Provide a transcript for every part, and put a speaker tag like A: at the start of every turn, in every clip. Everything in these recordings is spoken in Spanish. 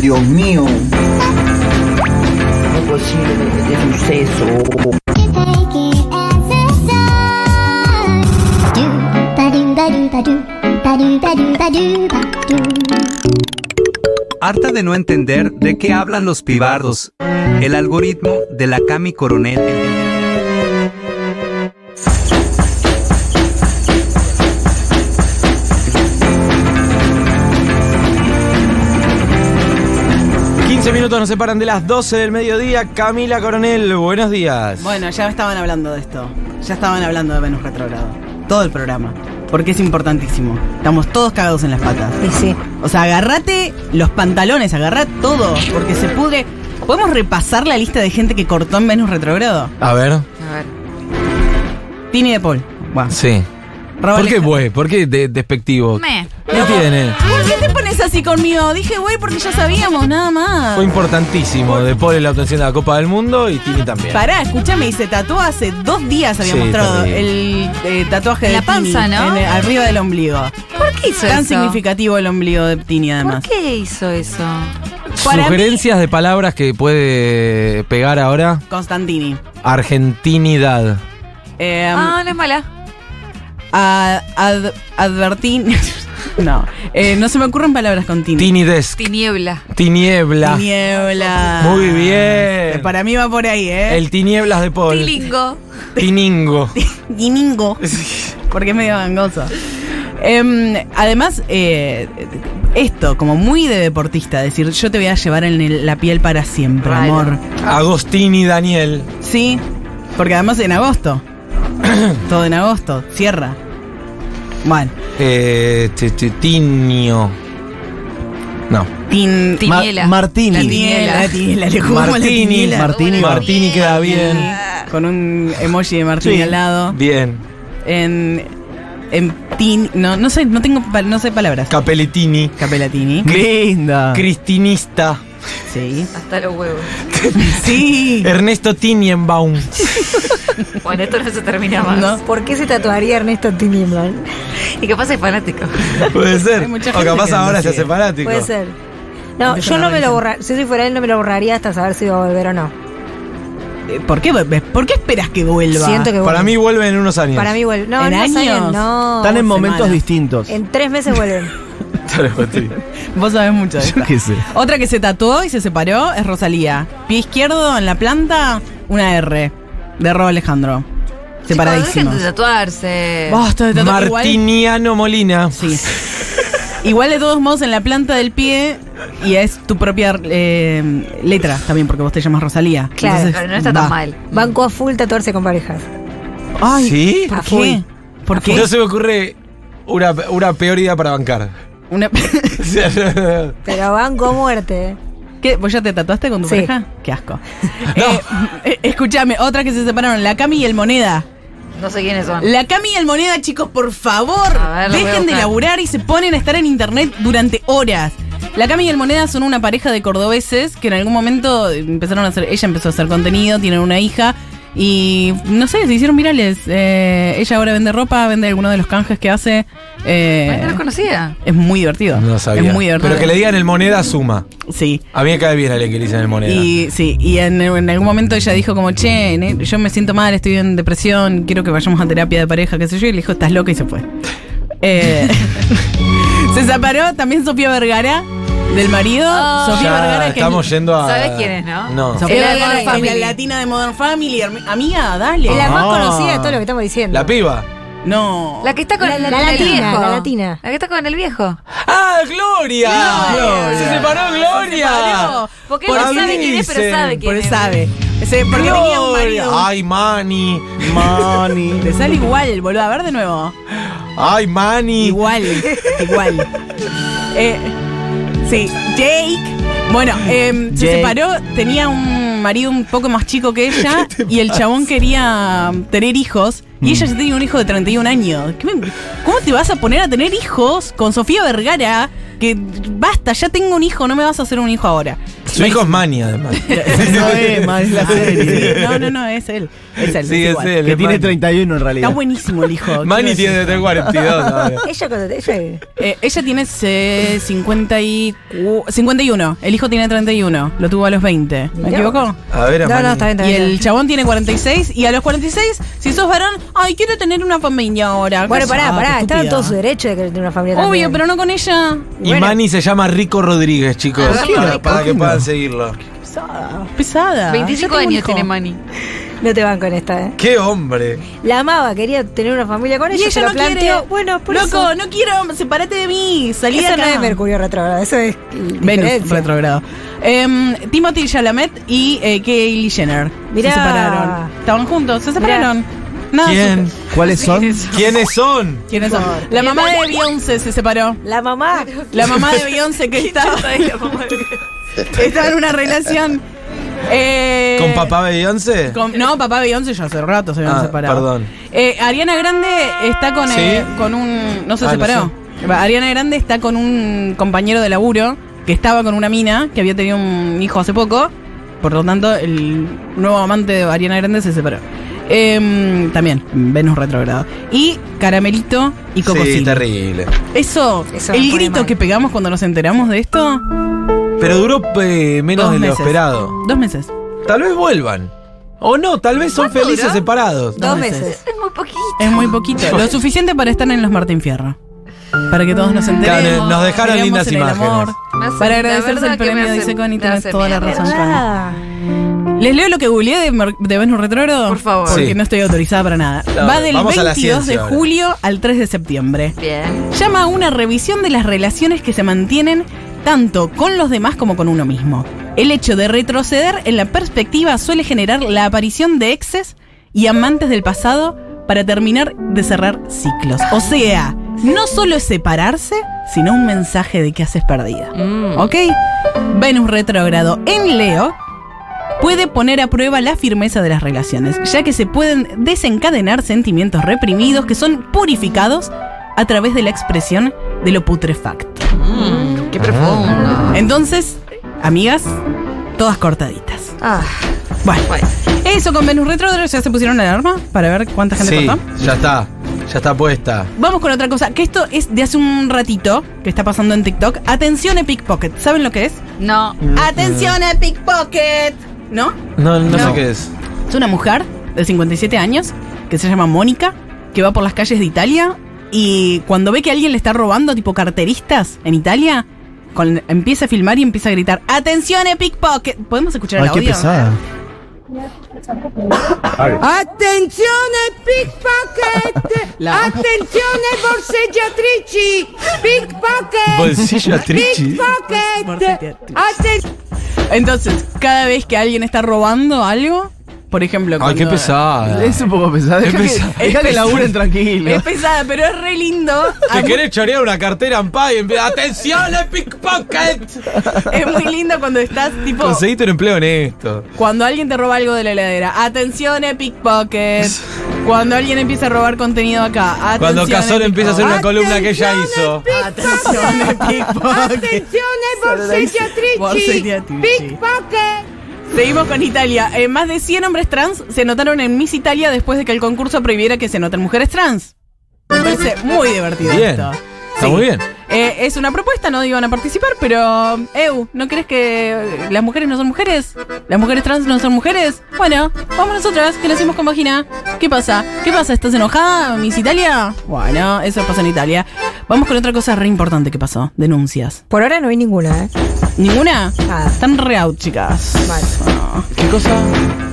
A: Dios mío. No posible este suceso.
B: Harta de no entender de qué hablan los pibardos. El algoritmo de la Cami Coronel.
C: minutos nos separan de las 12 del mediodía. Camila Coronel, buenos días.
D: Bueno, ya estaban hablando de esto. Ya estaban hablando de Venus retrogrado. Todo el programa. Porque es importantísimo. Estamos todos cagados en las patas.
E: Y sí.
D: O sea, agarrate los pantalones, agarrá todo. Porque se pudre. ¿Podemos repasar la lista de gente que cortó en Venus retrogrado?
C: A ver.
E: A ver.
D: Tini de Paul. Buah.
C: Sí.
D: Rob
C: ¿Por qué,
D: Alexander.
C: güey? ¿Por qué de- despectivo?
E: Me.
C: ¿Qué tiene?
E: ¿Por qué te pones así conmigo? Dije, güey, porque ya sabíamos, nada más.
C: Fue importantísimo. De Paul en la obtención de la Copa del Mundo y Tini también.
D: Pará, escúchame, y se tatuó hace dos días había
C: Sí,
D: mostrado
C: terrible.
D: el eh, tatuaje
E: En
D: de
E: la panza,
D: Tini,
E: ¿no?
D: en el- arriba del ombligo.
E: ¿Por qué hizo
D: Tan
E: eso?
D: significativo el ombligo de Tini,
E: ¿Por
D: además.
E: qué hizo eso?
D: para
C: Sugerencias de palabras que puede pegar ahora.
D: Constantini.
C: Argentinidad.
D: Eh,
E: Ah, no es mala.
D: a- ad- advertín. no, eh, no se me ocurren palabras con Tini.
C: Tinidez.
E: Tiniebla.
C: Tiniebla.
D: Niebla.
C: Muy bien.
D: Para mí va por ahí, ¿eh?
C: El tinieblas de Paul.
E: Tilingo.
C: Tiningo.
D: Dimingo. Porque es medio gangoso. Em, además, eh, esto, como muy de deportista, decir, yo te voy a llevar en el- la piel para siempre,
E: Claro.
D: amor.
C: Agostini Daniel.
D: Sí, porque además en agosto. Todo en agosto, cierra. Bueno,
C: Eh, ti- ti- tinio. No.
D: tin,
E: Tiniela.
F: Martini.
E: La
D: tiniela,
E: tiniela.
D: tiniela, le jugamos la
C: Martini.
D: tiniela.
C: Martini. Martini queda bien.
D: Con un emoji de Martín
C: Sí.
D: al lado.
C: Bien.
D: En. En tin. No, no sé, no tengo. pa- No sé palabras.
C: Capelletini.
D: Capelatini. Ah.
F: Linda.
C: Cristinista.
D: Sí.
E: Hasta los huevos.
D: Sí.
C: Ernesto Tinienbaum.
E: Bueno, esto no se termina más.
D: No.
G: ¿Por qué se tatuaría Ernesto Tinieblan?
E: Y capaz es fanático.
D: Este
C: Puede ser.
D: Hay mucha
C: O
D: gente
C: capaz
D: que no
C: ahora se
D: sigue.
C: hace fanático.
G: Puede ser. No,
D: Empieza
G: yo
D: una
G: no me
D: relación.
G: lo borraría. Si yo fuera él, no me lo borraría hasta saber si va a volver o no.
D: Eh, ¿Por qué, ¿Por qué esperas que vuelva?
G: Siento que
C: Para
G: vuelve.
C: mí vuelve en unos años.
G: Para mí vuelve. No,
D: ¿En
G: no
D: años?
G: saben, no.
F: Están en momentos
D: semana.
F: distintos.
G: En tres meses vuelven.
D: Vos sabés mucho de esto.
F: qué sé.
D: Otra que se tatuó y se separó es Rosalía. Pie izquierdo en la planta, una R. De Rob Alejandro.
E: Chicos,
D: Separadísimos.
E: dejen de tatuarse.
D: Basta de tatuar. Igual,
C: Martiniano Molina.
D: sí. Igual de todos modos en la planta del pie y es tu propia eh, letra también porque vos te llamas Rosalía.
G: Claro,
E: Pero no está tan
D: va.
E: mal.
G: Banco a full tatuarse con parejas.
D: Ay,
C: ¿Sí?
E: Ah,
D: ¿por
G: A
D: qué? ¿Por qué?
C: No se me ocurre una, una peor idea para bancar.
D: Una-
C: O sea, no,
G: Pero banco a muerte.
D: ¿Qué? ¿Vos ya te tatuaste con tu
G: Sí.
D: pareja? Qué asco. Eh, eh, escuchame, otra que se separaron, la Cami y el Moneda.
E: No sé quiénes son.
D: La Cami y el Moneda, chicos, por favor,
E: A ver, lo voy a
D: dejen de
E: buscar.
D: laburar y se ponen a estar en internet durante horas. La Cami y el Moneda son una pareja de cordobeses que en algún momento empezaron a hacer, ella empezó a hacer contenido, tienen una hija y no sé, se hicieron virales. Eh, ella ahora vende ropa, vende alguno de los canjes que hace. eh,
E: Ay, No los conocía.
D: es muy divertido.
C: no sabía.
D: Es muy divertido.
C: Pero que le digan el moneda suma.
D: Sí.
C: A mí me cae bien alguien que le dicen el moneda.
D: Y sí, y en, en algún momento ella dijo como, che, ne- yo me siento mal, estoy en depresión, quiero que vayamos a terapia de pareja, qué sé yo, y le dijo, estás loca y se fue. Eh, se separó también Sofía Vergara del marido.
E: Ah.
D: Sofía
C: Ya
D: Vergara, que
C: estamos
D: es
C: yendo a.
E: ¿Sabes quién es, no?
C: No.
D: Sofía
E: Era de
D: Vergara,
E: Modern
D: que es
E: Family.
D: la latina de Modern Family, hermi- amiga, dale.
G: Es la más
C: Ah.
G: conocida de todo lo que estamos diciendo.
C: La piba.
D: No.
E: La que está con
G: La-
E: el,
G: la
E: el
G: latina,
E: viejo.
G: la latina.
E: La que está con el viejo.
C: ¡Ah, Gloria!
E: Gloria.
C: ¡Se separó Gloria!
E: separó. Porque
C: Por
E: él no
C: ahí
E: sabe quién es, pero
C: dicen.
E: sabe quién
D: Por
E: es.
D: eso sabe. Ese- Porque tenía un marido.
C: ¡Ay, Manny!
F: Mani.
D: Te sale igual, boludo. A ver de nuevo.
C: ¡Ay, Manny!
D: Igual, igual. Eh, sí, Jake. Bueno, eh, se
F: Jake.
D: separó, tenía un marido un poco más chico que ella y el chabón quería um, tener hijos
C: Mm.
D: y ella ya tenía un hijo de 31 años. ¿Qué me- ¿Cómo te vas a poner a tener hijos con Sofía Vergara? Que basta, ya tengo un hijo, no me vas a hacer un hijo ahora.
C: Su hijo es Mani, además.
F: No es, ma, es la
D: Sí,
F: serie.
D: no, no, no, es él. Es él.
C: Sí, es
D: es igual.
C: él.
F: Que tiene
C: Mani.
F: 31 en realidad.
D: Está buenísimo el hijo.
C: Mani
D: quiero
C: tiene
D: decir.
C: de tener 42 ahora.
G: Ella cuando ella.
D: Eh, ella tiene eh, 50 y cu- 51. El hijo tiene 31. Lo tuvo a los 20. ¿Me
G: Mirá
D: equivoco?
C: A ver, a
G: No, no,
C: Mani.
G: está bien, está
D: Y
G: bien.
D: el chabón tiene 46. Y a los 46, si sos varón, ay, quiero tener una familia ahora.
G: Bueno,
D: Cállate,
G: pará, pará, está en
D: Ah, estúpida.
G: todo su derecho de querer tener una familia
D: Obvio,
G: también.
D: pero no con ella.
C: Y Mani se llama Rico Rodríguez, chicos.
F: ¿Por qué no?
C: Para, para
F: ¿Por qué
C: que
F: no?
C: puedan seguirlo.
D: Pesada.
E: 25
D: Ah. Yo tengo un
E: años
D: hijo.
E: tiene Manny.
G: No te van con esta, ¿eh?
C: ¡Qué hombre!
G: La amaba, quería tener una familia con
D: Y
G: ella, se
D: ella
G: lo
D: no
G: planteó.
D: quiere.
G: Bueno, por
D: Loco,
G: eso.
D: no quiero, separate de mí, salí de
G: Eso no
D: acá.
G: es Mercurio retrógrado, eso es
D: Venus
G: diferencia.
D: eh, retrogrado. Em, Timothy Chalamet y eh, Kylie Jenner
G: Mirá.
D: se separaron. Estaban juntos, se separaron. Nada,
C: ¿Quién?
D: su-
F: ¿Cuáles son?
C: ¿Quiénes son?
D: ¿Quiénes son? La mamá de Beyoncé se separó.
G: La mamá.
D: La mamá de Beyoncé que estaba, estaba en una relación. eh,
C: ¿Con papá Beyoncé?
D: con- no, papá Beyoncé ya hace rato se habían
C: Ah,
D: separado.
C: perdón.
D: Eh, Ariana Grande está con, eh,
C: Sí.
D: con un. No se
C: Ah, no
D: separó. Ariana Grande está con un compañero de laburo que estaba con una mina que había tenido un hijo hace poco. Por lo tanto, el nuevo amante de Ariana Grande se separó. Em, también, Venus retrogrado. Y Caramelito y
C: Sí,
D: Cocosini.
C: terrible.
D: Eso,
G: Eso me
D: el
G: pone
D: grito
G: mal.
D: que pegamos cuando nos enteramos de esto,
C: Pero duró eh, menos
D: Dos
C: de lo
D: meses.
C: esperado.
D: dos meses.
C: Tal vez vuelvan. O no, tal vez son felices separados.
G: Dos
D: meses.
G: meses.
E: Es muy poquito.
D: Es muy poquito. Lo suficiente para estar en los Martín Fierro. Para que todos nos
C: Claro,
D: enteremos.
C: nos dejaron
D: creamos
C: lindas
D: en el
C: imágenes.
D: amor.
E: Me hace-
D: Para
E: la
D: agradecerse
E: verdad
D: el
E: que me
D: premio
E: hace-
D: dice Connie,
E: me
D: tenés
E: hace
D: toda la
E: mierda.
D: razón.
G: Ah,
D: Les leo lo que googleé de, Mer- de Venus Retrógrado.
E: Por favor.
D: Porque
C: Sí.
D: no estoy autorizada para nada.
C: Está
D: Va
C: bien.
D: del
C: Vamos a la
D: 22 de
C: ciencia ahora.
D: julio al 3 de septiembre.
E: Bien.
D: Llama a una revisión de las relaciones que se mantienen tanto con los demás como con uno mismo. El hecho de retroceder en la perspectiva suele generar la aparición de exes y amantes del pasado para terminar de cerrar ciclos. O sea, no solo es separarse, sino un mensaje de que haces perdida.
E: Mm,
D: ¿Ok? Venus retrógrado en Leo puede poner a prueba la firmeza de las relaciones, ya que se pueden desencadenar sentimientos reprimidos que son purificados a través de la expresión de lo putrefacto.
E: Mm, qué profundo.
D: Entonces, amigas, todas cortaditas.
G: ah,
D: Bueno,
E: Bueno.
D: eso con Venus retrógrado ya se pusieron la alarma para ver cuánta gente
C: Sí,
D: cortó.
C: ya está. Ya está puesta.
D: Vamos con otra cosa, que esto es de hace un ratito que está pasando en TikTok. Atención a pickpocket, ¿saben lo que es?
E: No.
D: Atención a pickpocket, ¿no?
C: No, no,
D: No.
C: sé qué es.
D: Es una mujer de 57 años que se llama Mónica, que va por las calles de Italia y cuando ve que alguien le está robando, tipo carteristas en Italia, con- empieza a filmar y empieza a gritar: ¡Atención, eh, pickpocket! ¿Podemos escuchar
F: Ay,
D: el
F: qué
D: audio?
F: pesada.
H: Attenzione pickpocket!
D: La-
H: Attenzione borseggiatrici! Pickpocket!
C: Bolsillo atrici.
H: Pickpocket!
D: Borseggiatrici.
H: Attenzione!
D: Entonces, cada vez que alguien está robando algo, por ejemplo.
C: Ay, qué
D: cuando-
C: pesada.
F: Es un poco pesada. Deja
C: pesada.
F: que, deja que laburen tranquilo.
D: Es pesada, pero es re lindo.
C: Te querés chorear una cartera en paz y empieza. ¡Atención, el pickpocket!
D: Es muy lindo cuando estás tipo.
C: Conseguiste un empleo en esto.
D: Cuando alguien te roba algo de la heladera, atención eh, pickpocket. Cuando alguien empieza a robar contenido acá, atención.
C: Cuando
D: eh,
C: Casón empieza a hacer una
D: pickpocket.
C: columna que ella hizo.
D: Atención eh, pickpocket.
H: Attenzione borseggiatrici!
D: Borseggiatrici.
H: Pickpocket!
D: Seguimos con Italia. Eh, más de 100 hombres trans se anotaron en Miss Italia después de que el concurso prohibiera que se anoten mujeres trans. Me parece muy divertido
C: Bien.
D: esto.
C: Está muy bien.
D: Eh, es una propuesta, no iban a participar, pero. Eu, ¿no crees que eh, las mujeres no son mujeres? ¿Las mujeres trans no son mujeres? Bueno, vamos nosotras, que lo hacemos con vagina. ¿Qué pasa? ¿Qué pasa? ¿Estás enojada, Miss Italia? Bueno, eso pasa en Italia. Vamos con otra cosa re importante que pasó: denuncias.
G: por ahora no hay ninguna, ¿eh?
D: ¿Ninguna?
G: Nada.
D: Están re out, chicas.
G: Mal.
D: Ah.
C: ¿Qué cosa?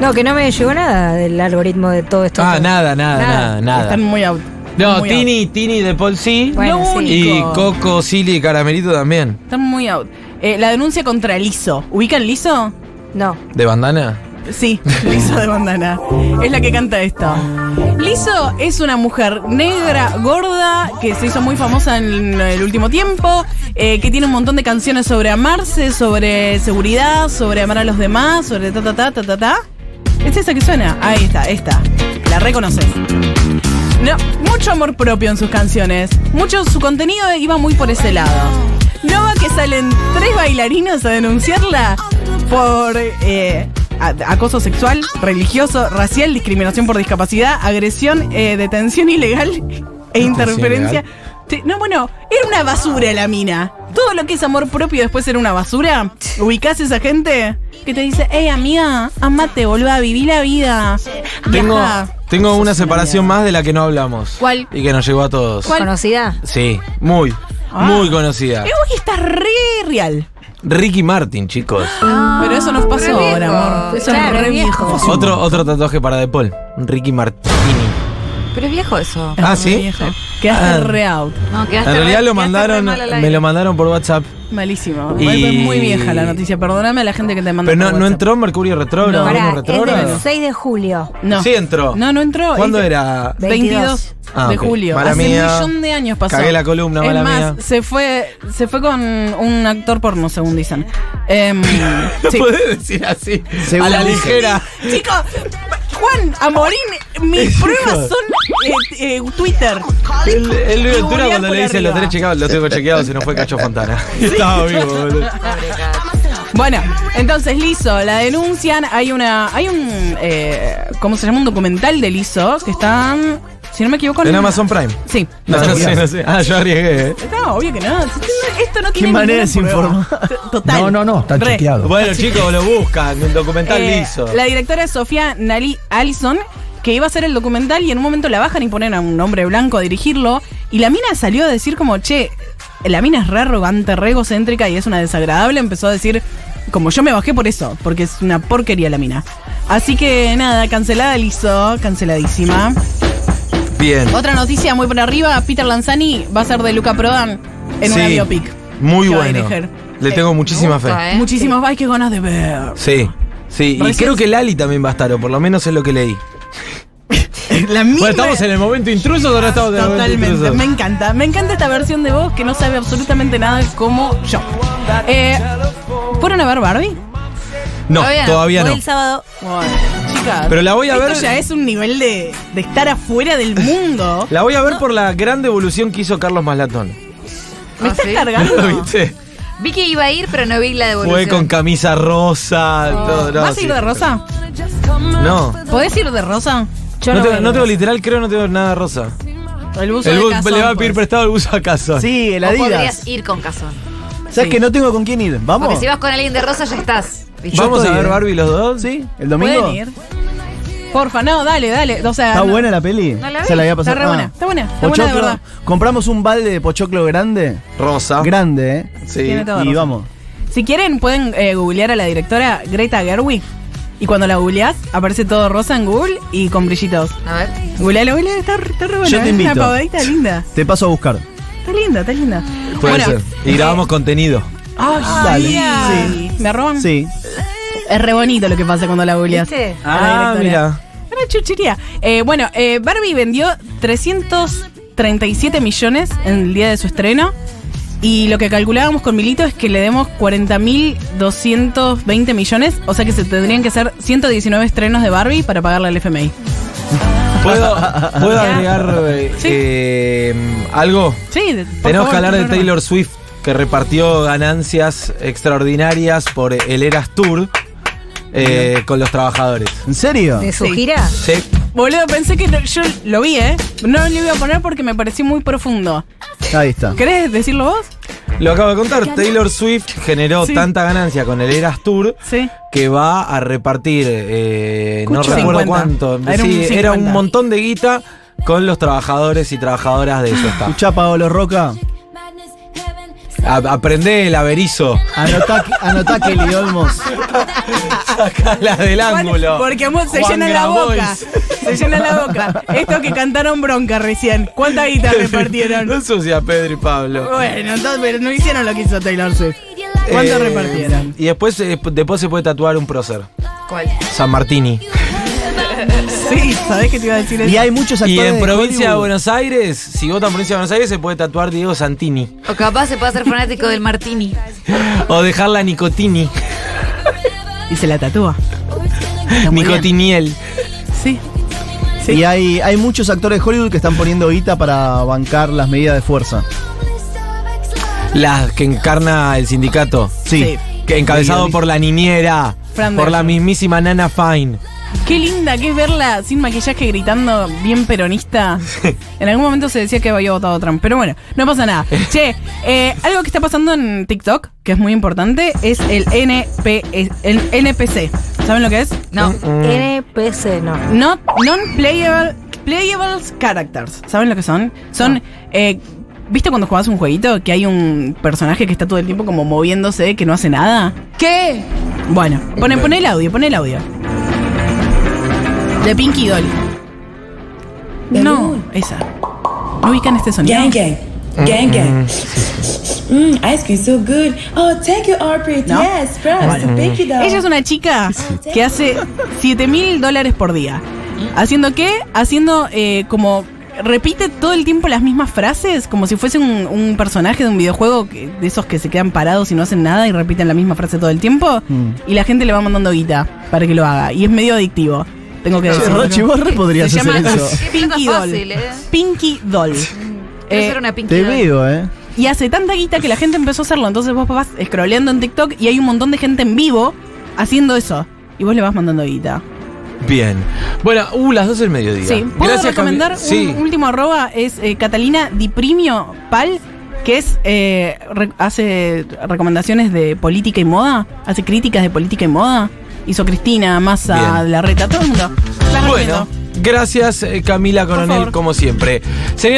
G: No, que no me llegó nada del algoritmo de todo esto.
C: Ah, nada, nada, nada, nada.
D: Están muy out.
C: No,
D: muy out.
C: Tini, Tini de Paul sí.
G: Bueno,
D: Lo
G: sí.
C: Y
D: único.
C: Coco, Silly y Caramelito también.
D: Están muy out. Eh, la denuncia contra Liso. ¿Ubican Liso?
G: No.
C: ¿De bandana?
D: Sí, Liso de bandana. Es la que canta esto. Liso es una mujer negra, gorda, que se hizo muy famosa en el último tiempo, eh, que tiene un montón de canciones sobre amarse, sobre seguridad, sobre amar a los demás, sobre ta ta ta ta ta ta. ¿Es esa que suena? Ahí está, esta. La reconoces. No, mucho amor propio en sus canciones. Mucho su contenido iba muy por ese lado. No va que salen tres bailarinos a denunciarla por eh, a- acoso sexual, religioso, racial, discriminación por discapacidad, agresión, eh, detención ilegal e interferencia. Sí, No, bueno, era una basura la mina. Todo lo que es amor propio después era una basura. Ubicás a esa gente que te dice, hey amiga, amate, volvá, viví la vida. Ah,
C: Tengo,
D: Viajá".
C: tengo una separación más de la que no hablamos.
D: ¿Cuál?
C: Y que nos llegó a todos.
D: ¿Cuál?
G: Conocida.
C: Sí, muy,
D: Ah.
C: muy conocida.
D: Eh, uy, está re real.
C: Ricky Martin, chicos.
D: Pero eso nos pasó
H: re
D: ahora,
H: viejo.
D: amor. Eso
E: Claro,
D: es re
E: re viejo.
D: viejo.
C: Otro, otro tatuaje para De Paul. Ricky Martini.
E: Pero es viejo eso.
C: Ah, ¿sí?
D: Quedaste
C: Ah.
D: re out.
E: No, quedaste
C: En realidad
E: re-
C: lo
E: quedaste re
C: mandaron,
E: mal al
C: me
E: aire.
C: lo mandaron por WhatsApp.
D: Malísimo.
C: Y-
D: Fue Muy vieja la noticia. Perdóname a la gente que te mandó.
C: Pero no,
D: por
C: no
D: WhatsApp.
C: entró Mercurio Retrógrado.
D: No.
G: Pará,
C: Venus
G: es del
C: Retrógrado.
G: 6 de julio.
D: No.
C: Sí entró.
D: No, no entró.
C: ¿Cuándo
D: Es-
C: era?
D: 22
C: Ah,
D: de
C: ok.
D: julio.
C: Mala
D: Hace
C: mía.
D: un millón de años pasó.
C: Cagué la columna,
D: es
C: mala
D: más,
C: mía.
D: Se fue, se fue con un actor porno, según dicen. Em,
C: No
D: sí.
C: podés decir así. a
F: Según
C: la
F: dicen.
C: ligera.
D: Chicos, Juan Amorín, mis pruebas son eh, eh, Twitter.
C: El, el Luis Ventura
D: Y volvían
C: cuando
D: por
C: le dicen
D: arriba.
C: los tenés chequeados, los tengo chequeados, se nos fue Cacho Fontana. Estaba vivo, boludo.
D: Bueno, entonces Lizo, la denuncian, hay una, hay un, eh, ¿cómo se llama? Un documental de Lizo que está, si no me equivoco,
C: En Amazon Prime.
D: Sí.
C: No, no sé, no sé. Ah, yo arriesgué. eh.
D: No, obvio que no. Esto no
F: Qué
D: tiene
F: manera
D: ninguna
F: de
D: prueba.
F: desinformar.
D: Total.
I: No, no, no, está
D: Re.
I: chequeado.
C: Bueno, chicos, lo buscan. El documental
D: Eh,
C: liso.
D: La directora es Sofía Nali Allison, que iba a hacer el documental y en un momento la bajan y ponen a un hombre blanco a dirigirlo. Y la mina salió a decir como, che, la mina es re arrogante, re egocéntrica y es una desagradable. Empezó a decir, como yo me bajé por eso, porque es una porquería la mina. Así que nada, cancelada Lizo, canceladísima.
C: Bien.
D: Otra noticia muy por arriba, Peter Lanzani va a ser de Luca Prodan en una
C: Sí,
D: biopic.
C: Muy
D: que va a
C: bueno.
D: dirigir.
C: Le tengo muchísima fe.
E: gusta, ¿eh?
D: Muchísimas ay, qué ganas de ver.
C: Sí, sí. Y
D: Recién-
C: creo que Lali también va a estar, o por lo menos es lo que leí.
D: La mina.
C: Bueno, estamos en el momento intruso, ahora estamos en el momento
D: Totalmente,
C: intruso.
D: me encanta. Me encanta esta versión de vos que no sabe absolutamente nada como yo. Eh, ¿Fueron a ver Barbie?
C: No,
E: Todavía no.
C: todavía
G: Voy
C: no.
G: el sábado.
D: Bueno, chicas.
C: Pero la voy a
D: esto
C: ver-
D: ya es un nivel de, de estar afuera del mundo.
C: La voy a ver por la gran devolución que hizo Carlos Maslatón.
D: ¿Me
E: Ah,
D: estás
E: ¿sí?
D: cargando?
C: ¿Lo viste?
E: Vi que iba a ir, pero no vi la devolución.
C: Fue con camisa rosa. todo, no,
D: ¿Vas a
C: sí.
D: ir de rosa?
C: No.
D: ¿Podés ir de rosa?
G: Yo
C: no,
G: no,
C: tengo,
G: voy.
C: no tengo literal, creo no tengo nada rosa.
D: El buzo
C: El
D: de
C: bus
D: Cazón,
C: le va a pedir
D: pues.
C: prestado el bus a casa.
F: Sí, el
E: O podrías
F: Adidas.
E: ir con Cazón.
F: ¿Sabes
D: Sí.
F: que no tengo con quién ir?
E: Porque
F: Vamos.
E: si vas con alguien de rosa ya estás. ¿viste?
C: ¿Vamos
F: Yo
C: a
F: estoy,
C: ver
F: eh.
C: Barbie los dos?
F: Sí, el domingo.
D: ¿Pueden ir? Porfa, no, dale, dale. O sea,
F: Está
D: no.
F: buena la peli.
E: No la vi,
F: Se la había
D: Está
F: pasado. Ah.
D: re buena, está buena, está buena de
F: Pochoclo.
D: verdad.
F: Compramos un balde de pochoclo grande.
C: Rosa.
F: Grande, eh.
D: Tiene
C: Sí.
D: todo
F: Y
D: rosa.
F: vamos.
D: Si quieren, pueden eh, googlear a la directora Greta Gerwig. Y cuando la googleás, aparece todo rosa en Google y con brillitos.
E: A ver.
D: Googlealo, googlealo, está, está re buena.
F: Yo te
D: ¿eh?
F: invito.
D: Una pavadita linda.
F: Te paso a buscar.
D: Está linda, está linda.
C: Puede
D: Bueno,
C: ser. Y grabamos contenido.
D: Ay,
F: Dale.
D: ay. ¿Me roban?
F: Sí.
D: Es re bonito lo que pasa cuando la googleás.
G: ¿Viste?
C: Ah,
D: A la directora. Una chuchería. Eh, bueno, eh, Barbie vendió 337 millones en el día de su estreno. Y lo que calculábamos con Milito es que le demos 40.220 millones. O sea que se tendrían que hacer 119 estrenos de Barbie para pagarle al FMI.
C: ¿Puedo, puedo agregar eh,
D: Sí.
C: eh, algo?
D: Sí, de- por
C: Tenemos
D: favor,
C: que hablar de
D: no, no, no.
C: Taylor Swift, que repartió ganancias extraordinarias por el Eras Tour eh, con los trabajadores.
F: ¿En serio?
G: ¿De su
D: Sí.
G: gira?
C: Sí.
D: Boludo, pensé que no- yo lo vi, ¿eh? No lo iba a poner porque me pareció muy profundo.
F: Ahí está.
D: ¿Querés decirlo vos?
C: Lo acabo de contar, Taylor Swift generó
D: Sí.
C: tanta ganancia con el Eras Tour
D: Sí.
C: que va a repartir, eh, no
D: Escucho.
C: recuerdo
D: 50.
C: cuánto,
D: Era un
C: sí, era un
D: 50.
C: montón de guita con los trabajadores y trabajadoras de eso.
F: Escuchá, Paolo Roca.
C: Aprende el averizo.
F: Anotá, que- anotá que Kelly Olmos.
C: Sacala del ángulo.
D: Porque amor, se
C: Juan
D: llena la
C: Grabois.
D: boca. Se llena la boca. Estos que cantaron bronca recién. ¿Cuánta guita repartieron?
C: No sucia Pedro y Pablo.
D: Bueno, entonces, pero no hicieron lo que hizo Taylor Swift. ¿Cuánto
C: Eh,
D: repartieron?
C: Y después, eh, después se puede tatuar un prócer.
E: ¿Cuál?
C: San Martini.
D: Sí, ¿sabés que te iba a decir eso?
F: Y hay muchos actores.
C: Y en
F: de
C: provincia de
F: Hollywood.
C: Buenos Aires, si vota en provincia de Buenos Aires, se puede tatuar Diego Santini.
E: O capaz se puede hacer fanático del Martini.
C: O dejarla Nicotini.
D: Y se la tatúa. Está muy bien.
C: Nicotiniel.
D: Sí. Sí.
F: Y hay, hay muchos actores de Hollywood que están poniendo guita para bancar las medidas de fuerza.
C: La que encarna el sindicato.
F: Sí.
C: que encabezado
A: Guionista.
C: por la niñera,
D: Fran
C: por la
D: Dershowitz.
C: mismísima Nana Fine.
D: Qué linda que es verla sin maquillaje gritando bien peronista. En algún momento se decía que había votado a Trump, pero bueno, no pasa nada. Che, eh, algo que está pasando en TikTok, que es muy importante, es el, NP, el NPC. ¿Saben lo que es?
E: No.
G: NPC, no.
D: Not non-playable playables characters. ¿Saben lo que son? Son.
I: Ah.
D: eh, ¿Viste cuando jugás un jueguito que hay un personaje que está todo el tiempo como moviéndose, que no hace nada?
E: ¿Qué?
D: Bueno, pone, pone el audio, pone el audio. De Pinky Dolly. No, esa. No ubican este sonido.
I: Gang gang. Gang gang. Mm, ice cream so good. Oh, thank you, Arpit.
D: No.
I: Yes, props.
F: Mm.
I: Thank you, though.
D: Ella es una chica que hace 7 mil dólares por día. ¿Haciendo qué? Haciendo eh, como. Repite todo el tiempo las mismas frases, como si fuese un, un personaje de un videojuego que- de esos que se quedan parados y no hacen nada y repiten la misma frase todo el tiempo. Y la gente le va mandando guita para que lo haga. Y es medio adictivo. Tengo que decirlo.
F: Rochi, vos re podrías
D: Se
F: hacer
D: llama-
F: eso.
D: Pinky
E: Plata
D: Doll.
E: fácil, ¿eh?
D: Pinky Doll.
E: Quiero
D: Eh,
E: ser una Pinky
F: Te
E: Doll.
F: veo, ¿eh?
D: y hace tanta guita que la gente empezó a hacerlo. Entonces vos vas scrolleando en TikTok y hay un montón de gente en vivo haciendo eso. Y vos le vas mandando guita.
C: Bien. Bueno, uh, las 12 del mediodía.
D: Sí. ¿Puedo
C: Cami-
D: recomendar un
C: Sí.
D: último arroba? Es eh, Catalina Diprimio Pal, que es eh, re- hace recomendaciones de política y moda. Hace críticas de política y moda. Hizo Cristina, Massa,
C: Bien.
D: La Reta, todo el mundo. Las
C: Bueno,
D: recomiendo.
C: gracias eh, Camila Coronel,
D: favor.
C: como siempre. Señor-